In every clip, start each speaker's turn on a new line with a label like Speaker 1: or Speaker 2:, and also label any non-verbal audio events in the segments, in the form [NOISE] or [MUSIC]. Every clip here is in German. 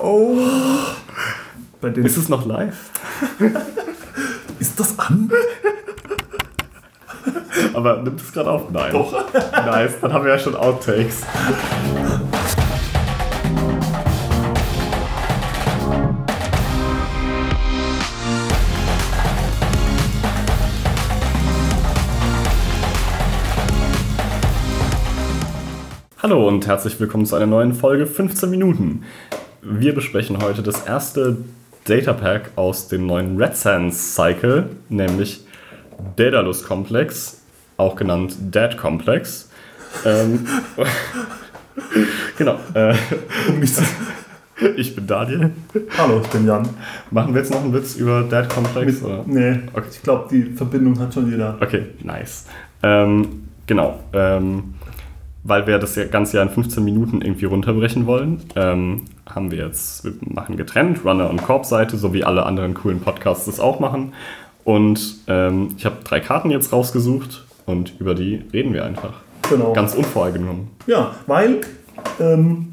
Speaker 1: Oh.
Speaker 2: Bei denen
Speaker 1: Ist es noch live?
Speaker 2: ist das an?
Speaker 1: Aber nimmt es gerade auf? Nein.
Speaker 2: Doch.
Speaker 1: [LAUGHS] Nice, dann haben wir ja schon Outtakes. Hallo und herzlich willkommen zu einer neuen Folge 15 Minuten. Wir besprechen heute das erste Data Pack aus dem neuen Red Sands Cycle, nämlich Daedalus Komplex, auch genannt Dead Komplex. Ähm, [LAUGHS] genau, äh,
Speaker 2: Um mich zu-
Speaker 1: [LAUGHS] ich bin Daniel.
Speaker 2: Hallo, ich bin Jan.
Speaker 1: Machen wir jetzt noch einen Witz über Dead Komplex?
Speaker 2: Mit,
Speaker 1: Oder?
Speaker 2: nee,
Speaker 1: Okay.
Speaker 2: ich glaube, die Verbindung hat schon jeder.
Speaker 1: Okay, nice. Ähm, genau. Ähm, weil wir das ja- ganze Jahr in 15 Minuten irgendwie runterbrechen wollen, ähm, haben wir jetzt, wir machen getrennt, Runner und Korb-Seite, so wie alle anderen coolen Podcasts das auch machen. Und ähm, ich habe drei Karten jetzt rausgesucht und über die reden wir einfach.
Speaker 2: Genau.
Speaker 1: Ganz unvoreingenommen.
Speaker 2: Ja, weil ähm,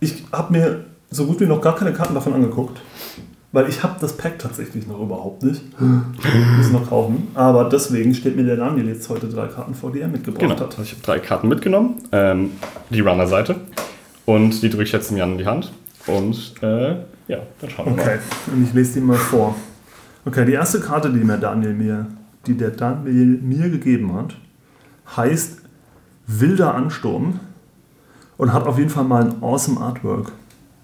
Speaker 2: ich habe mir so gut wie noch gar keine Karten davon angeguckt. Weil ich habe das Pack tatsächlich noch überhaupt nicht. Muss noch kaufen. Aber deswegen steht mir der Daniel jetzt heute drei Karten vor, die er mitgebracht
Speaker 1: Genau.
Speaker 2: hat.
Speaker 1: Ich habe drei Karten mitgenommen, ähm, die Runner-Seite. Und die drücke ich jetzt dem Jan in die Hand. Und äh, ja, dann schauen wir mal.
Speaker 2: Okay, und ich lese die mal vor. Okay, die erste Karte, die mir Daniel mir, die der Daniel mir gegeben hat, heißt Wilder Ansturm und hat auf jeden Fall mal ein awesome Artwork.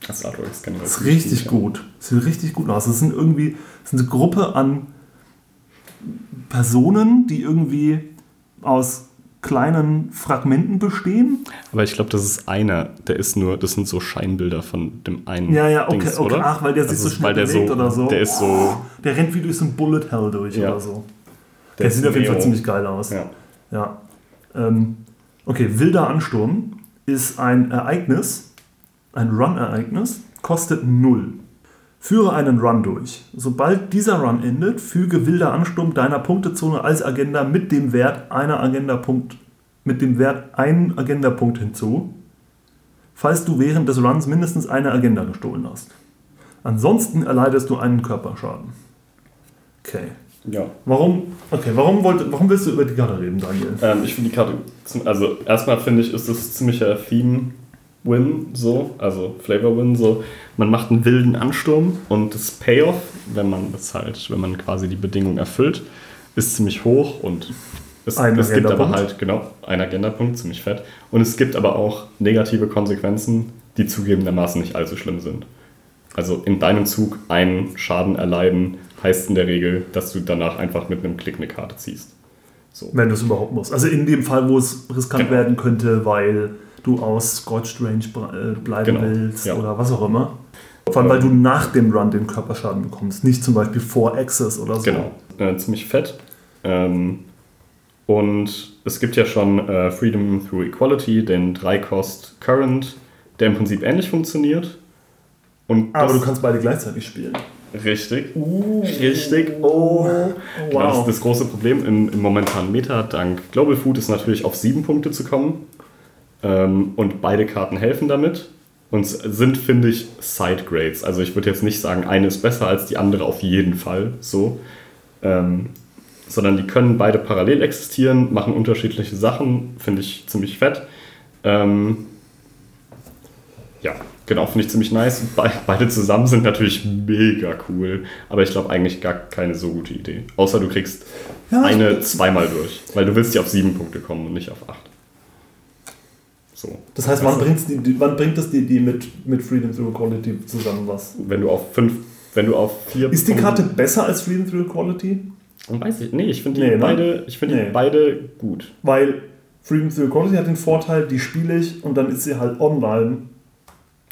Speaker 1: Das Artwork ist generell
Speaker 2: Ist richtig
Speaker 1: gut.
Speaker 2: gut. Sieht richtig gut aus. Es sind irgendwie es ist eine Gruppe an Personen, die irgendwie aus kleinen Fragmenten bestehen.
Speaker 1: Aber ich glaube, das ist einer, der ist nur, das sind so Scheinbilder von dem einen.
Speaker 2: Ja, ja, okay,
Speaker 1: Dings,
Speaker 2: okay.
Speaker 1: oder?
Speaker 2: Ach, weil der sich
Speaker 1: Also,
Speaker 2: so schnell
Speaker 1: weil der
Speaker 2: bewegt
Speaker 1: so,
Speaker 2: oder so.
Speaker 1: Der ist so.
Speaker 2: Der rennt wie durch so ein Bullet Hell durch
Speaker 1: Ja.
Speaker 2: oder so.
Speaker 1: Der
Speaker 2: Der,
Speaker 1: ist
Speaker 2: sieht auf jeden Fall
Speaker 1: Neo.
Speaker 2: ziemlich geil aus.
Speaker 1: Ja.
Speaker 2: Ja. Ähm, okay, wilder Ansturm ist ein Ereignis, ein Run-Ereignis, kostet null. Führe einen Run durch. Sobald dieser Run endet, füge wilder Ansturm deiner Punktezone als Agenda mit dem Wert einer Agenda-Punkt mit dem Wert einen Agenda-Punkt hinzu, falls du während des Runs mindestens eine Agenda gestohlen hast. Ansonsten erleidest du einen Körperschaden. Okay.
Speaker 1: ja.
Speaker 2: Warum, okay, warum, wollt, warum willst du über die Karte reden, Daniel?
Speaker 1: Ähm, ich finde die Karte. zum- Also, erstmal finde ich, ist das ziemlicher Theme-Win, so. Also, Flavor-Win, so. Man macht einen wilden Ansturm und das Payoff, wenn man das halt, wenn man quasi die Bedingung erfüllt, ist ziemlich hoch und. Es,
Speaker 2: Ein
Speaker 1: es gibt aber
Speaker 2: Agenda-Punkt.
Speaker 1: halt, genau, ein Agenda-Punkt, ziemlich fett. Und es gibt aber auch negative Konsequenzen, die zugegebenermaßen nicht allzu schlimm sind. Also in deinem Zug einen Schaden erleiden, heißt in der Regel, dass du danach einfach mit einem Klick eine Karte ziehst.
Speaker 2: Wenn du es überhaupt musst. Also in dem Fall, wo es riskant
Speaker 1: Genau.
Speaker 2: werden könnte, weil du aus Scorched Range bre- äh, bleiben
Speaker 1: Genau,
Speaker 2: willst
Speaker 1: ja.
Speaker 2: oder was auch immer. Vor allem, weil du nach dem Run den Körperschaden bekommst, nicht zum Beispiel vor Access oder so.
Speaker 1: Genau, äh, ziemlich fett. Ähm, und es gibt ja schon äh, Freedom Through Equality, den 3-Cost Current, der im Prinzip ähnlich funktioniert. Und
Speaker 2: Ah, Aber
Speaker 1: das-
Speaker 2: du Uh. kannst beide gleichzeitig spielen.
Speaker 1: Richtig. Richtig. Oh. Genau, das,
Speaker 2: Wow.
Speaker 1: ist das große Problem im, im momentanen Meta dank Global Food ist natürlich auf sieben Punkte zu kommen. Ähm, und beide Karten helfen damit. Und es sind, finde ich, Side-Grades. Also ich würde jetzt nicht sagen, eine ist besser als die andere auf jeden Fall. So. Ähm, sondern die können beide parallel existieren, machen unterschiedliche Sachen, finde ich ziemlich fett. Ähm, ja, genau, finde ich ziemlich nice. Be beide zusammen sind natürlich mega cool, aber ich glaube eigentlich gar keine so gute Idee. Außer du kriegst
Speaker 2: Ja, ich-
Speaker 1: eine zweimal durch, weil du willst ja auf sieben Punkte kommen und nicht auf acht. So.
Speaker 2: Das heißt, wann, bringt's die, die, wann bringt es die, die mit, mit Freedom Through Equality zusammen was?
Speaker 1: Wenn du auf fünf, wenn du auf vier.
Speaker 2: Ist die
Speaker 1: Punkte-
Speaker 2: Karte besser als Freedom Through Equality?
Speaker 1: Weiß ich, nee, ich finde die,
Speaker 2: Nee, ne?
Speaker 1: beide, ich find die
Speaker 2: Nee.
Speaker 1: beide gut.
Speaker 2: Weil Freedom Through Equality hat den Vorteil, die spiele ich und dann ist sie halt online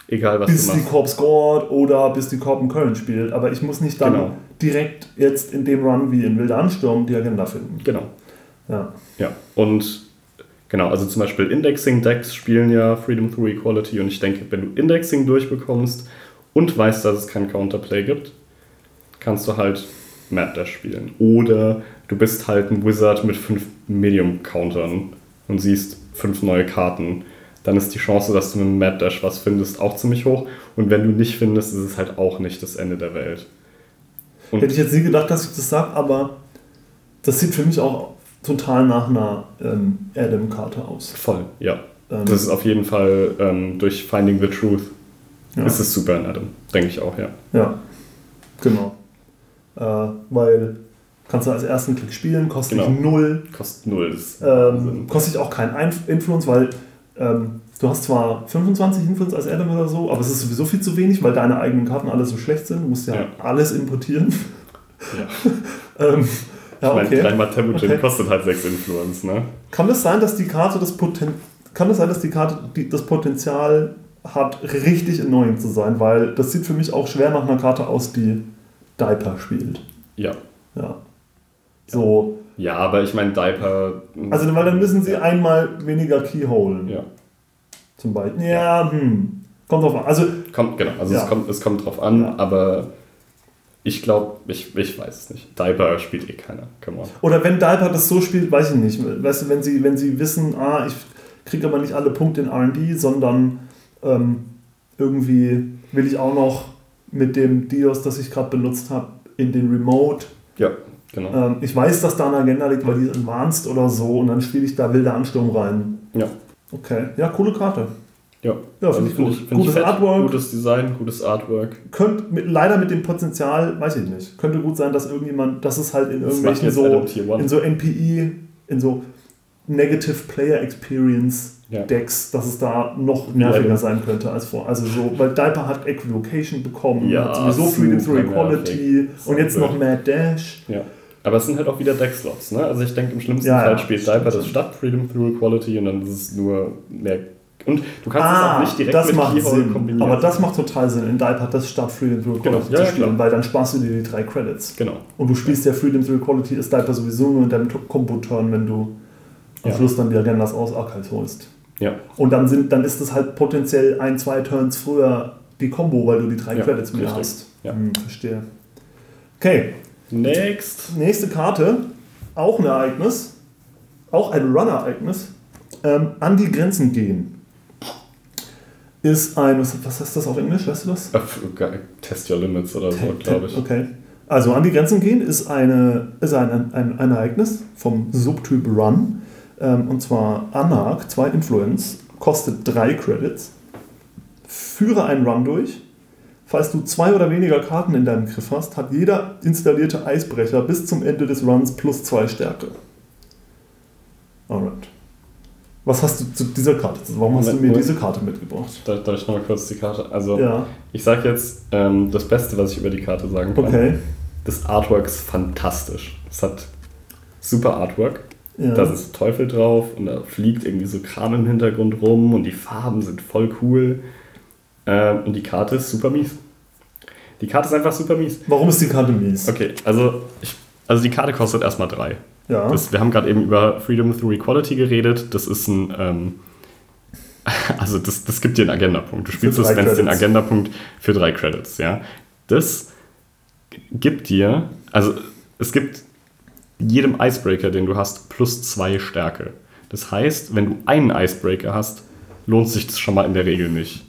Speaker 1: Egal was
Speaker 2: bis
Speaker 1: du
Speaker 2: die
Speaker 1: machst.
Speaker 2: Corp scored oder bis die Corp in Köln spielt. Aber ich muss nicht dann
Speaker 1: Genau.
Speaker 2: direkt jetzt in dem Run wie in Wilder Ansturm die Agenda finden.
Speaker 1: Genau.
Speaker 2: Ja.
Speaker 1: Ja, und genau, also zum Beispiel Indexing-Decks spielen ja Freedom Through Equality und ich denke, wenn du Indexing durchbekommst und weißt, dass es kein Counterplay gibt, kannst du halt Mad Dash spielen. Oder du bist halt ein Wizard mit fünf Medium-Countern und siehst fünf neue Karten. Dann ist die Chance, dass du mit dem Mad Dash was findest, auch ziemlich hoch. Und wenn du nicht findest, ist es halt auch nicht das Ende der Welt. Und
Speaker 2: Hätte ich jetzt nie gedacht, dass ich das sage, aber das sieht für mich auch total nach einer ähm, Adam Carter aus.
Speaker 1: voll, ja.
Speaker 2: Ähm,
Speaker 1: Das ist auf jeden Fall ähm, durch Finding the Truth
Speaker 2: ja,
Speaker 1: ist es super in Adam. Denke ich auch, ja.
Speaker 2: ja, genau. Äh, weil kannst du als ersten Klick spielen, kostet
Speaker 1: Genau.
Speaker 2: dich null,
Speaker 1: Kostet null. Das ist
Speaker 2: ähm, kostet dich auch kein Einf Influence, weil ähm, du hast zwar 25 Influence als Adam oder so, aber es ist sowieso viel zu wenig, weil deine eigenen Karten alle so schlecht sind. Du musst ja,
Speaker 1: Ja.
Speaker 2: alles importieren. [LAUGHS]
Speaker 1: Ja.
Speaker 2: ähm, ja,
Speaker 1: Ich meine,
Speaker 2: okay.
Speaker 1: dreimal Temujin
Speaker 2: Okay.
Speaker 1: kostet halt sechs Influence, ne?
Speaker 2: Kann es sein, dass die Karte das Poten kann es sein, dass die Karte die, das Potenzial hat, richtig annoying zu sein, weil das sieht für mich auch schwer nach einer Karte aus, die Diaper spielt.
Speaker 1: Ja.
Speaker 2: Ja. So.
Speaker 1: Ja, aber ich meine, Diaper. hm.
Speaker 2: Also weil dann müssen sie einmal weniger Keyholen.
Speaker 1: Ja.
Speaker 2: Zum Beispiel. Ja, hm. Kommt drauf an. Also,
Speaker 1: Kommt, genau. Also
Speaker 2: Ja.
Speaker 1: es, kommt, es kommt drauf an,
Speaker 2: Ja.
Speaker 1: aber ich glaube, ich, ich weiß es nicht. Diaper spielt eh keiner. Come on.
Speaker 2: oder wenn Diaper das so spielt, weiß ich nicht. Weißt du, wenn sie, wenn sie wissen, ah, ich kriege aber nicht alle Punkte in RD, sondern ähm, irgendwie will ich auch noch mit dem Dios, das ich gerade benutzt habe, in den Remote.
Speaker 1: Ja, genau.
Speaker 2: Ähm, ich weiß, dass da eine Agenda liegt, weil die ist advanced oder so und dann spiele ich da wilder Ansturm rein.
Speaker 1: Ja.
Speaker 2: Okay. Ja, coole Karte.
Speaker 1: Ja, Also,
Speaker 2: Ja, finde ich gut.
Speaker 1: find
Speaker 2: Gutes
Speaker 1: fett.
Speaker 2: Artwork.
Speaker 1: Gutes Design, gutes Artwork.
Speaker 2: Könnte mit, leider mit dem Potenzial, weiß ich nicht, könnte gut sein, dass irgendjemand, dass es halt in
Speaker 1: Das macht
Speaker 2: irgendwelchen
Speaker 1: jetzt
Speaker 2: so,
Speaker 1: Adam Tier One.
Speaker 2: in so NPI, in so Negative Player Experience
Speaker 1: Ja.
Speaker 2: Decks, dass es da noch nerviger
Speaker 1: Ja.
Speaker 2: sein könnte als vor. Also so, weil Diaper hat Equivocation bekommen,
Speaker 1: Ja,
Speaker 2: hat sowieso Freedom to
Speaker 1: super
Speaker 2: Equality
Speaker 1: nervig.
Speaker 2: und jetzt
Speaker 1: Super.
Speaker 2: noch Mad Dash.
Speaker 1: ja. Aber es sind halt auch wieder Deckslots, ne? Also ich denke, im schlimmsten
Speaker 2: Ja,
Speaker 1: Fall
Speaker 2: ja.
Speaker 1: spielt Diaper das statt Freedom Through Equality und dann ist es nur mehr. Und du kannst es auch
Speaker 2: Ah,
Speaker 1: nicht direkt
Speaker 2: das
Speaker 1: mit
Speaker 2: macht
Speaker 1: Keyhole
Speaker 2: Sinn.
Speaker 1: kombinieren.
Speaker 2: Aber das macht total Sinn. In Diaper das statt Freedom to Equality
Speaker 1: Genau. Ja,
Speaker 2: zu
Speaker 1: ja,
Speaker 2: spielen,
Speaker 1: klar.
Speaker 2: weil dann sparst du dir die drei Credits.
Speaker 1: genau.
Speaker 2: Und du spielst ja Freedom to Equality ist Diaper sowieso nur in deinem Combo-Turn, wenn du am
Speaker 1: Ja.
Speaker 2: Schluss dann die Agendas aus Archives holst.
Speaker 1: Ja.
Speaker 2: Und dann, sind, dann ist es halt potenziell ein, zwei Turns früher die Combo, weil du die drei
Speaker 1: Ja,
Speaker 2: Credits mehr
Speaker 1: richtig.
Speaker 2: hast.
Speaker 1: Ja.
Speaker 2: Hm, verstehe. Okay,
Speaker 1: Next.
Speaker 2: nächste Karte, auch ein Ereignis, auch ein Run-Ereignis, ähm, an die Grenzen gehen. Ist ein, was, was heißt das auf Englisch, weißt du das?
Speaker 1: Äh, okay. Test Your Limits oder so, glaube ich.
Speaker 2: Okay. Also an die Grenzen gehen ist, eine, ist ein, ein, ein, ein Ereignis vom Subtyp Run. Ähm, und zwar Anarch, 2 Influence, kostet 3 Credits. Führe einen Run durch. Falls du zwei oder weniger Karten in deinem Griff hast, hat jeder installierte Eisbrecher bis zum Ende des Runs plus 2 Stärke. Alright. Was hast du zu dieser Karte? zu- Warum hast du mir
Speaker 1: Moment.
Speaker 2: diese Karte mitgebracht?
Speaker 1: Dar- Darf ich nochmal kurz die Karte? Also,
Speaker 2: Ja,
Speaker 1: ich sag jetzt ähm, das Beste, was ich über die Karte sagen kann.
Speaker 2: okay.
Speaker 1: Das Artwork ist fantastisch. Es hat super Artwork.
Speaker 2: Ja.
Speaker 1: Da ist Teufel drauf und da fliegt irgendwie so Kram im Hintergrund rum und die Farben sind voll cool. Ähm, und die Karte ist super mies. Die Karte ist einfach super mies.
Speaker 2: Warum ist die Karte mies?
Speaker 1: Okay, also, ich, also die Karte kostet erstmal drei.
Speaker 2: Ja.
Speaker 1: Das, wir haben gerade eben über Freedom Through Equality geredet. Das ist ein. Ähm, [LAUGHS] also, das, das gibt dir einen Agendapunkt. Du spielst
Speaker 2: Für
Speaker 1: das,
Speaker 2: drei
Speaker 1: wenn es den
Speaker 2: Credits.
Speaker 1: Agendapunkt für drei Credits, ja. Das gibt dir. Also, es gibt jedem Icebreaker, den du hast, plus zwei Stärke. Das heißt, wenn du einen Icebreaker hast, lohnt sich das schon mal in der Regel nicht.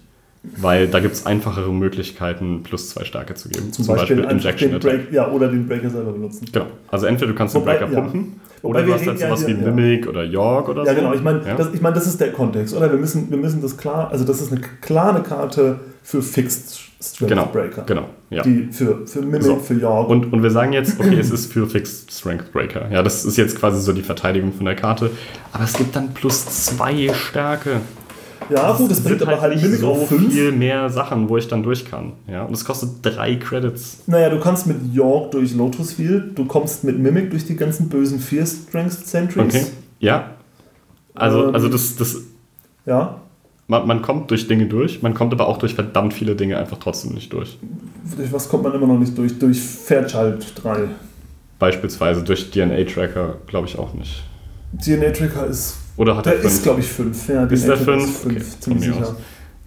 Speaker 1: Weil da gibt es einfachere Möglichkeiten, plus zwei Stärke zu geben.
Speaker 2: Zum Beispiel, einfach den
Speaker 1: Attack.
Speaker 2: Break, ja, oder den Breaker selber benutzen.
Speaker 1: Genau. Also entweder du kannst den
Speaker 2: Wobei-
Speaker 1: Breaker
Speaker 2: ja.
Speaker 1: pumpen
Speaker 2: Wobei
Speaker 1: oder
Speaker 2: wir
Speaker 1: du hast
Speaker 2: reden
Speaker 1: halt
Speaker 2: ja
Speaker 1: sowas
Speaker 2: hier-
Speaker 1: wie
Speaker 2: ja.
Speaker 1: Mimic oder York oder
Speaker 2: Ja,
Speaker 1: so.
Speaker 2: genau. Ich meine,
Speaker 1: Ja.
Speaker 2: das, ich mein, das ist der Kontext, oder? Wir müssen, wir müssen das klar, also das ist eine klare Karte für Fixed Strength
Speaker 1: genau.
Speaker 2: Breaker.
Speaker 1: Genau. Ja.
Speaker 2: Die für, für Mimic,
Speaker 1: So.
Speaker 2: für York.
Speaker 1: Und, und wir sagen jetzt, okay, es ist für Fixed Strength Breaker. Ja, das ist jetzt quasi so die Verteidigung von der Karte. Aber es gibt dann plus zwei Stärke.
Speaker 2: ja, gut, das
Speaker 1: Es
Speaker 2: bringt
Speaker 1: sind
Speaker 2: aber halt
Speaker 1: nicht
Speaker 2: Mimic
Speaker 1: so
Speaker 2: auf 5.
Speaker 1: viel mehr Sachen, wo ich dann durch kann. Ja, und es kostet drei Credits.
Speaker 2: Naja, du kannst mit York durch Lotus Field, du kommst mit Mimic durch die ganzen bösen 4 Strength Sentries.
Speaker 1: Okay. Ja. Also,
Speaker 2: Ähm.
Speaker 1: also das, das,
Speaker 2: Ja,
Speaker 1: man, man kommt durch Dinge durch, man kommt aber auch durch verdammt viele Dinge einfach trotzdem nicht durch.
Speaker 2: durch was kommt man immer noch nicht durch? Durch Fairchild 3.
Speaker 1: Beispielsweise durch DNA-Tracker, glaube ich auch nicht.
Speaker 2: DNA Tracker ist.
Speaker 1: Oder hat
Speaker 2: Der
Speaker 1: er fünf?
Speaker 2: ist, glaube ich, 5. Ja,
Speaker 1: Ist
Speaker 2: DNA
Speaker 1: der
Speaker 2: Tracker
Speaker 1: fünf?
Speaker 2: fünf,
Speaker 1: Okay,
Speaker 2: ziemlich
Speaker 1: von mir
Speaker 2: sicher.
Speaker 1: aus.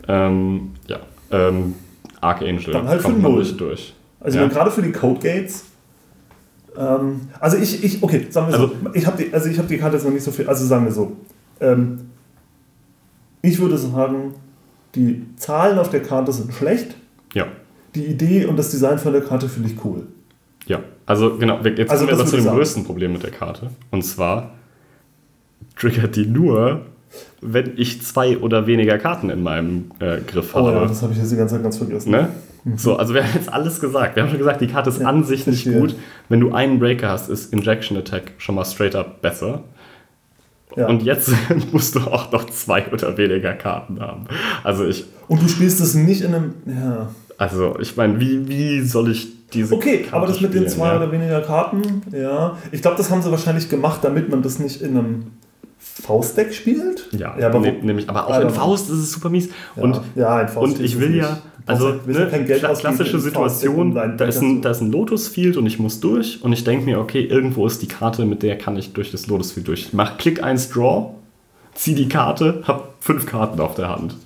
Speaker 1: ähm, ja. Ähm, Archangel
Speaker 2: Dann halt
Speaker 1: kommt
Speaker 2: für
Speaker 1: man
Speaker 2: null.
Speaker 1: nicht durch.
Speaker 2: Also
Speaker 1: Ja.
Speaker 2: wenn gerade für die Code Gates. Ähm, also ich, ich, okay, sagen wir so, ich habe die, also ich hab die Karte jetzt noch nicht so viel, also sagen wir so. Ähm, ich würde sagen, Die Zahlen auf der Karte sind schlecht.
Speaker 1: Ja.
Speaker 2: Die Idee und das Design von der Karte finde ich cool.
Speaker 1: Ja, also genau, wir- jetzt
Speaker 2: Also
Speaker 1: kommen wir
Speaker 2: das würde
Speaker 1: aber zu
Speaker 2: ich
Speaker 1: dem
Speaker 2: sagen.
Speaker 1: größten Problem mit der Karte. Und zwar triggert die nur, wenn ich zwei oder weniger Karten in meinem äh, Griff
Speaker 2: Oh
Speaker 1: habe.
Speaker 2: ja, das habe ich jetzt die ganze Zeit ganz vergessen.
Speaker 1: Ne? So, also wir haben jetzt alles gesagt. Wir haben schon gesagt, die Karte ist
Speaker 2: Ja,
Speaker 1: an sich nicht
Speaker 2: verstehe.
Speaker 1: gut. Wenn du einen Breaker hast, ist Injection Attack schon mal straight up besser.
Speaker 2: Ja.
Speaker 1: Und jetzt [LAUGHS] musst du auch noch zwei oder weniger Karten haben. Also ich,
Speaker 2: Und du spielst es nicht in einem. Ja.
Speaker 1: also ich meine, wie, wie soll ich diese
Speaker 2: Okay,
Speaker 1: Karte
Speaker 2: aber das mit den
Speaker 1: spielen,
Speaker 2: zwei
Speaker 1: ja?
Speaker 2: oder weniger Karten, ja. Ich glaube, das haben sie wahrscheinlich gemacht, damit man das nicht in einem Faustdeck spielt.
Speaker 1: ja,
Speaker 2: aber
Speaker 1: ne,
Speaker 2: wo-
Speaker 1: nämlich, aber auch
Speaker 2: I
Speaker 1: in
Speaker 2: don't know.
Speaker 1: Faust ist es super mies.
Speaker 2: ja,
Speaker 1: Und
Speaker 2: ja, ein Faustdeck
Speaker 1: Und ich
Speaker 2: ist
Speaker 1: will
Speaker 2: nicht.
Speaker 1: ja,
Speaker 2: Faustdeck
Speaker 1: also
Speaker 2: willst ja
Speaker 1: ne,
Speaker 2: kein Geld
Speaker 1: kla-
Speaker 2: ausgeben
Speaker 1: klassische
Speaker 2: im Faustdeck, um
Speaker 1: Situation,
Speaker 2: deinen
Speaker 1: da ist,
Speaker 2: Breaker
Speaker 1: ein,
Speaker 2: zu-
Speaker 1: da ist ein Lotus-Field und ich muss durch und ich denke mir, okay, irgendwo ist die Karte, mit der kann ich durch das Lotus-Field durch. Ich mach Klick 1 Draw, zieh die Karte, hab fünf Karten auf der Hand.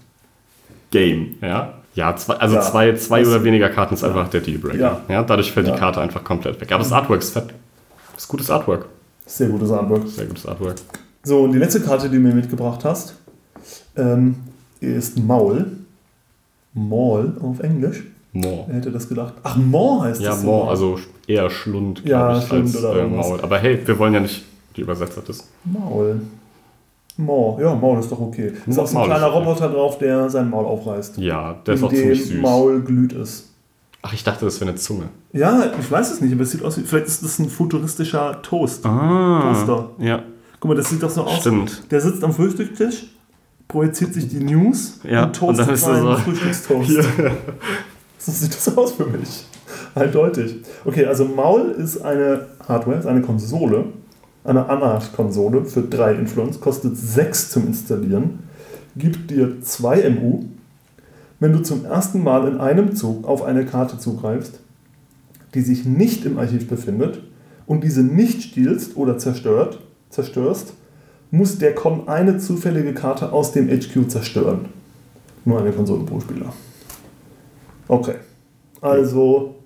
Speaker 1: Game, ja. Ja, zwei, also
Speaker 2: Ja.
Speaker 1: zwei, zwei
Speaker 2: Das-
Speaker 1: oder weniger Karten ist einfach der Dealbreaker.
Speaker 2: Ja.
Speaker 1: Ja. dadurch fällt
Speaker 2: Ja.
Speaker 1: die Karte einfach komplett weg. Aber das Artwork ist fett. Das ist gutes Artwork.
Speaker 2: Sehr gutes Artwork.
Speaker 1: Sehr gutes Artwork.
Speaker 2: So, und die letzte Karte, die du mir mitgebracht hast, ähm, ist Maul. Maul auf Englisch.
Speaker 1: More.
Speaker 2: Wer hätte das gedacht? Ach, Maul heißt
Speaker 1: Ja,
Speaker 2: das.
Speaker 1: more,
Speaker 2: sogar.
Speaker 1: also eher Schlund,
Speaker 2: Ja,
Speaker 1: glaub ich,
Speaker 2: Schlund
Speaker 1: als
Speaker 2: oder
Speaker 1: äh,
Speaker 2: irgendwas.
Speaker 1: Maul. Aber hey, wir wollen ja nicht die Übersetzer des
Speaker 2: Maul. Maul, ja, Maul ist doch okay. Ist auch so ein
Speaker 1: Maul ist
Speaker 2: kleiner
Speaker 1: okay.
Speaker 2: Roboter drauf, der sein Maul aufreißt.
Speaker 1: Ja, der ist
Speaker 2: in
Speaker 1: auch ziemlich süß.
Speaker 2: dem Maul glüht es.
Speaker 1: Ach, ich dachte, das wäre eine Zunge.
Speaker 2: Ja, ich weiß es nicht, aber es sieht aus wie. Vielleicht ist das ein futuristischer Toast.
Speaker 1: Ah.
Speaker 2: Toaster.
Speaker 1: Ja,
Speaker 2: Guck mal, das sieht doch so aus.
Speaker 1: stimmt.
Speaker 2: Der sitzt am Frühstückstisch, projiziert sich die News
Speaker 1: Ja,
Speaker 2: und toastet
Speaker 1: und dann ist er
Speaker 2: seinen
Speaker 1: so- [LAUGHS]
Speaker 2: Frühstückstoast. So sieht das aus für mich. Eindeutig. Okay, also Maul ist eine Hardware, ist eine Konsole, eine Anart-Konsole für drei Influence, kostet 6 zum Installieren, gibt dir 2 MU. Wenn du zum ersten Mal in einem Zug auf eine Karte zugreifst, die sich nicht im Archiv befindet und diese nicht stiehlst oder zerstört, zerstörst, muss der COM eine zufällige Karte aus dem HQ zerstören. Nur eine Konsole pro Spieler. Okay. Also,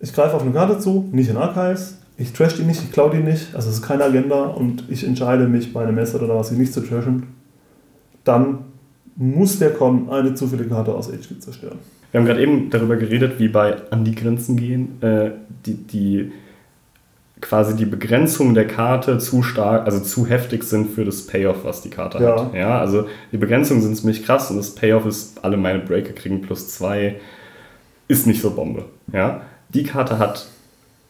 Speaker 2: ich greife auf eine Karte zu, nicht in Archives, ich trash die nicht, ich klau die nicht, also es ist keine Agenda und ich entscheide mich, meine Message oder was ich nicht zu trashen. Dann muss der COM eine zufällige Karte aus HQ zerstören.
Speaker 1: Wir haben gerade eben darüber geredet, wie bei An die Grenzen gehen, äh, die, die quasi die Begrenzung der Karte zu stark, also zu heftig sind für das Payoff, was die Karte
Speaker 2: Ja.
Speaker 1: hat. Ja, also die Begrenzungen sind ziemlich krass und das Payoff ist, alle meine Breaker kriegen plus zwei, ist nicht so Bombe. Ja, die Karte hat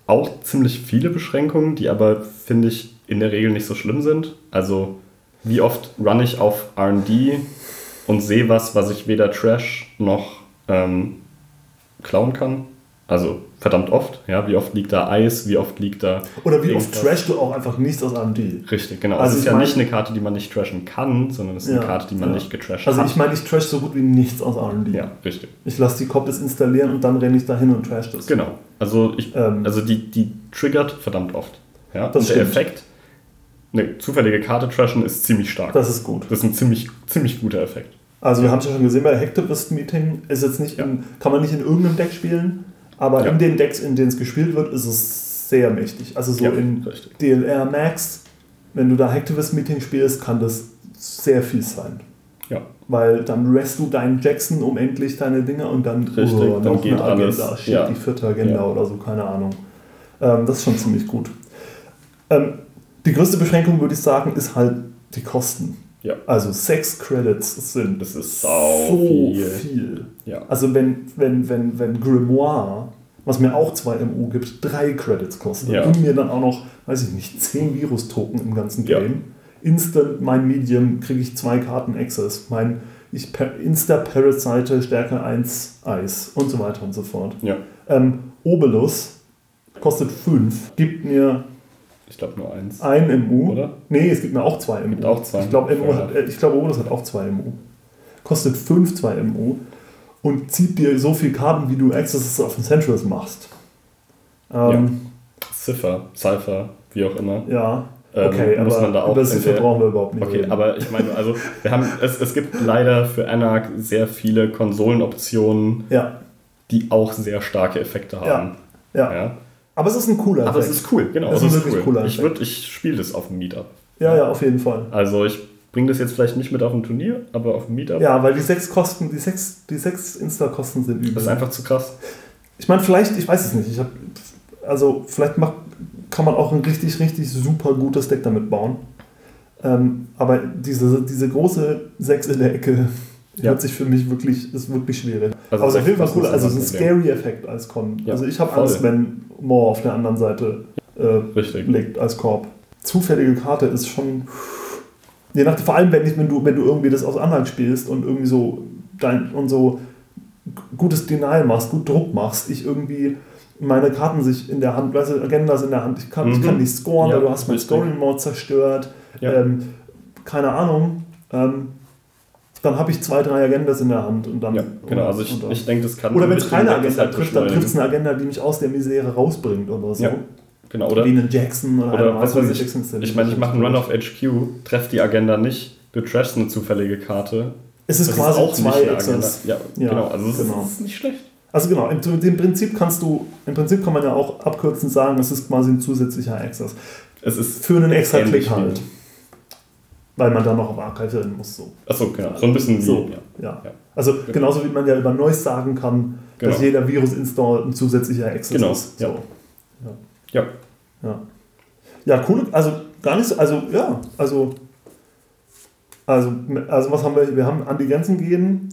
Speaker 1: auch ziemlich viele Beschränkungen, die aber, finde ich, in der Regel nicht so schlimm sind. Also, wie oft runne ich auf RD und sehe was, was ich weder trash noch ähm, klauen kann? Also, verdammt oft. Ja, wie oft liegt da Eis, wie oft liegt da.
Speaker 2: Oder wie oft
Speaker 1: irgendwas?
Speaker 2: trashst du auch einfach nichts aus AMD?
Speaker 1: Richtig, genau.
Speaker 2: Also
Speaker 1: Also,
Speaker 2: ich
Speaker 1: es ist ja
Speaker 2: meine-
Speaker 1: nicht eine Karte, die man nicht trashen kann, sondern es ist
Speaker 2: Ja,
Speaker 1: eine Karte, die man
Speaker 2: ja.
Speaker 1: nicht getrashed
Speaker 2: Also
Speaker 1: hat.
Speaker 2: ich meine, ich trash so gut wie nichts aus AMD.
Speaker 1: ja, richtig.
Speaker 2: Ich lasse die Copies installieren und dann renne ich dahin und trash das.
Speaker 1: Genau. Also, ich,
Speaker 2: Ähm,
Speaker 1: also die, die triggert verdammt oft. Ja?
Speaker 2: Das
Speaker 1: Und der
Speaker 2: stimmt.
Speaker 1: Effekt, eine zufällige Karte trashen, ist ziemlich stark.
Speaker 2: das ist gut.
Speaker 1: Das ist ein ziemlich, ziemlich guter Effekt.
Speaker 2: Also wir haben es ja schon gesehen bei Hacktivist Meeting, ist jetzt nicht in, kann man nicht in irgendeinem Deck spielen, aber
Speaker 1: Ja.
Speaker 2: in den Decks, in denen es gespielt wird, ist es sehr mächtig. Also so
Speaker 1: Ja,
Speaker 2: in
Speaker 1: richtig.
Speaker 2: DLR Max, wenn du da Hacktivist Meeting spielst, kann das sehr fies sein.
Speaker 1: Ja.
Speaker 2: Weil dann rest du deinen Jackson um endlich deine Dinge und dann, oh,
Speaker 1: Richtig, dann geht alles.
Speaker 2: Agenda, shit,
Speaker 1: Ja.
Speaker 2: die vierte Agenda
Speaker 1: Ja.
Speaker 2: oder so, keine Ahnung. Ähm, das ist schon ziemlich gut. Ähm, die größte Beschränkung, würde ich sagen, ist halt die Kosten.
Speaker 1: Ja.
Speaker 2: Also sechs Credits sind
Speaker 1: Das ist sau
Speaker 2: so viel.
Speaker 1: viel. Ja.
Speaker 2: Also wenn, wenn, wenn, wenn Grimoire, was mir auch zwei MU gibt, drei Credits kostet
Speaker 1: Ja.
Speaker 2: und mir dann auch noch, weiß ich nicht, zehn Virus-Token im ganzen
Speaker 1: Ja.
Speaker 2: Game. Instant, mein Medium, kriege ich zwei Karten Access. Mein ich per- Insta-Parasite, Stärke 1, Eis und so weiter und so fort.
Speaker 1: Ja.
Speaker 2: Ähm, Obelus kostet 5, gibt mir
Speaker 1: Ich glaube nur eins.
Speaker 2: ein MU.
Speaker 1: Oder?
Speaker 2: Nee, es gibt mir auch zwei MU.
Speaker 1: Gibt auch zwei.
Speaker 2: Ich glaube, MU
Speaker 1: Ja.
Speaker 2: hat, äh, ich glaube, Odos hat auch zwei MU. Kostet 5 zwei MU und zieht dir so viel Karten, wie du Accesses auf den Centrals machst. Ähm,
Speaker 1: Ziffer, Cypher, wie auch immer.
Speaker 2: ja.
Speaker 1: Ähm,
Speaker 2: Okay,
Speaker 1: muss
Speaker 2: aber
Speaker 1: man da auch
Speaker 2: über
Speaker 1: in
Speaker 2: Cipher
Speaker 1: der-
Speaker 2: brauchen wir überhaupt nicht.
Speaker 1: Okay,
Speaker 2: reden.
Speaker 1: aber ich meine, also wir haben, es, es gibt leider für Anarch sehr viele Konsolenoptionen,
Speaker 2: ja,
Speaker 1: die auch sehr starke Effekte haben.
Speaker 2: ja,
Speaker 1: Ja.
Speaker 2: Aber es ist ein cooler
Speaker 1: Aber es
Speaker 2: Effekt.
Speaker 1: ist cool, genau.
Speaker 2: Das
Speaker 1: Es
Speaker 2: ist
Speaker 1: ist
Speaker 2: wirklich
Speaker 1: cool.
Speaker 2: cooler
Speaker 1: ich
Speaker 2: Effekt.
Speaker 1: würd, ich spiele das auf dem Meetup.
Speaker 2: Ja, ja, auf jeden Fall.
Speaker 1: Also ich bringe das jetzt vielleicht nicht mit auf ein Turnier, aber auf ein Meetup.
Speaker 2: Ja, weil die sechs Kosten, die sechs, die sechs Insta-Kosten sind übel.
Speaker 1: Das ist einfach zu krass.
Speaker 2: Ich meine, vielleicht, ich weiß es nicht. Ich hab, also vielleicht macht, kann man auch ein richtig, richtig super gutes Deck damit bauen. Ähm, aber diese, diese große Sechs in der Ecke [LAUGHS]
Speaker 1: Ja.
Speaker 2: hört sich für mich wirklich, ist wirklich schwierig. aber es ist
Speaker 1: Also
Speaker 2: auf
Speaker 1: sechs
Speaker 2: jeden Fall
Speaker 1: Kosten
Speaker 2: cool.
Speaker 1: ist
Speaker 2: Also es
Speaker 1: immer
Speaker 2: ist ein
Speaker 1: ein Problem.
Speaker 2: scary Effekt als Con.
Speaker 1: Ja,
Speaker 2: also ich habe
Speaker 1: voll.
Speaker 2: Angst, wenn Moore auf der anderen Seite äh,
Speaker 1: Richtig.
Speaker 2: legt als Korb. Zufällige Karte ist schon. Je nach, vor allem, wenn, ich, wenn, du, wenn du irgendwie das aus Anhalt spielst und irgendwie so dein und so g- gutes Denial machst, gut Druck machst, ich irgendwie meine Karten sich in der Hand, weißt du, Agendas in der Hand, ich kann, ich
Speaker 1: Mhm.
Speaker 2: kann nicht scoren,
Speaker 1: Ja,
Speaker 2: weil du hast mein
Speaker 1: richtig.
Speaker 2: Scoring-Mode zerstört,
Speaker 1: Ja.
Speaker 2: ähm, keine Ahnung, ähm, dann habe ich zwei, drei Agendas in der Hand und dann.
Speaker 1: Ja, genau. Also
Speaker 2: und
Speaker 1: ich,
Speaker 2: dann-
Speaker 1: ich denke, das kann.
Speaker 2: oder wenn
Speaker 1: mit
Speaker 2: es keine
Speaker 1: dem Deck das
Speaker 2: Agenda
Speaker 1: halt
Speaker 2: trifft, dann trifft
Speaker 1: beschleunigen.
Speaker 2: es eine Agenda, die mich aus der Misere rausbringt oder so.
Speaker 1: Ja. Genau, oder?
Speaker 2: Wie einen Jackson oder,
Speaker 1: Oder
Speaker 2: einen
Speaker 1: was
Speaker 2: Michael
Speaker 1: weiß ich.
Speaker 2: Jackson installiert.
Speaker 1: Ich meine, ich mache einen Run auf HQ, treffe die Agenda nicht, du trashst eine zufällige Karte.
Speaker 2: Es ist
Speaker 1: Das
Speaker 2: quasi zwei
Speaker 1: eine Agenda.
Speaker 2: Access.
Speaker 1: Ja,
Speaker 2: Ja,
Speaker 1: genau. Also es
Speaker 2: genau.
Speaker 1: ist, es ist nicht schlecht.
Speaker 2: Also genau, im, im Prinzip kannst du, im Prinzip kann man ja auch abkürzend sagen, es ist quasi ein zusätzlicher Access.
Speaker 1: Es ist.
Speaker 2: Für einen extra
Speaker 1: Ähnlich
Speaker 2: Klick halt.
Speaker 1: wie-
Speaker 2: Weil man dann noch auf Archive hin muss. So.
Speaker 1: Achso, genau. So ein bisschen wie.
Speaker 2: So,
Speaker 1: Ja.
Speaker 2: ja.
Speaker 1: Ja.
Speaker 2: Also genauso wie man ja über Neues sagen kann, dass
Speaker 1: Genau.
Speaker 2: jeder Virus-Install ein zusätzlicher Access
Speaker 1: Genau,
Speaker 2: ist.
Speaker 1: ja.
Speaker 2: So.
Speaker 1: ja.
Speaker 2: Ja. Ja, cool. Also gar nicht so, also ja, also, also, also was haben wir? Wir haben an die Grenzen gehen.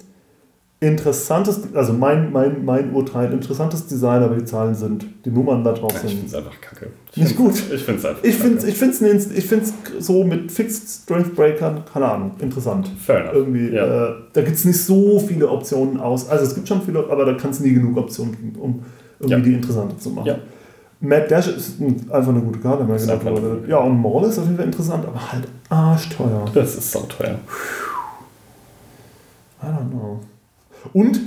Speaker 2: Interessantes, also mein, mein, mein Urteil, interessantes Design, aber die Zahlen sind, die Nummern da drauf
Speaker 1: Ja, Ich
Speaker 2: sind.
Speaker 1: find's einfach kacke. Ich
Speaker 2: Nicht
Speaker 1: find's- Ich find's einfach
Speaker 2: Ich finde es
Speaker 1: kacke.
Speaker 2: ich find's, ne- ich find's so mit Fixed Strength Breakern, keine Ahnung, interessant.
Speaker 1: Fair enough.
Speaker 2: Irgendwie,
Speaker 1: Ja.
Speaker 2: äh, da gibt es nicht so viele Optionen aus. Also es gibt schon viele, aber da kannst du nie genug Optionen kriegen, um irgendwie
Speaker 1: Ja.
Speaker 2: die interessanter zu machen.
Speaker 1: Ja.
Speaker 2: Mad Dash ist ein- einfach eine gute Karte, wenn man
Speaker 1: Ist
Speaker 2: gedacht
Speaker 1: einfach eine
Speaker 2: wurde.
Speaker 1: gute
Speaker 2: Ja, und Maul ist auf jeden Fall interessant, aber halt arschteuer.
Speaker 1: Das ist sauteuer.
Speaker 2: I don't know. Und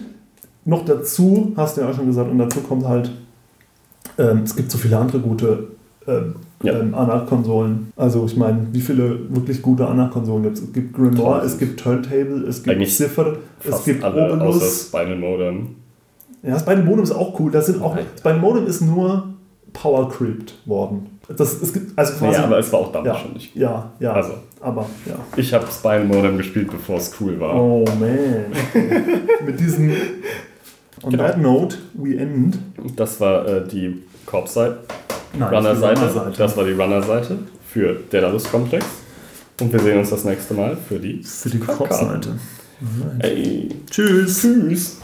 Speaker 2: noch dazu, hast du ja auch schon gesagt, und dazu kommt halt, ähm, es gibt so viele andere gute ähm,
Speaker 1: Ja.
Speaker 2: ähm, Anarch-Konsolen. Also ich meine, wie viele wirklich gute Anarch-Konsolen gibt es? Es gibt Grimoire,
Speaker 1: Tausend.
Speaker 2: es gibt Turntable, es gibt
Speaker 1: Eigentlich
Speaker 2: Ziffer, es
Speaker 1: Fast
Speaker 2: gibt
Speaker 1: alle außer
Speaker 2: Obolus.
Speaker 1: Spinal Modem.
Speaker 2: Ja, das Spinal Modem ist auch cool. Das sind auch,
Speaker 1: Nein.
Speaker 2: Spinal Modem ist nur Power Creeped worden. Das, es gibt, also quasi,
Speaker 1: Ja, aber es war auch damals
Speaker 2: Ja.
Speaker 1: schon nicht.
Speaker 2: ja, ja,
Speaker 1: Also,
Speaker 2: aber, ja.
Speaker 1: ich habe Spinal Modem gespielt, bevor es cool war.
Speaker 2: Oh
Speaker 1: [LAUGHS]
Speaker 2: man. Mit diesem. On
Speaker 1: Genau.
Speaker 2: that note, we end.
Speaker 1: Das war äh, die Korb-Seite.
Speaker 2: Nein,
Speaker 1: Runner-Seite. Das war die Runner-Seite für Daedalus Complex. Und wir sehen uns das nächste Mal für die
Speaker 2: für die Kopfseite.
Speaker 1: Ey.
Speaker 2: Tschüss.
Speaker 1: Tschüss.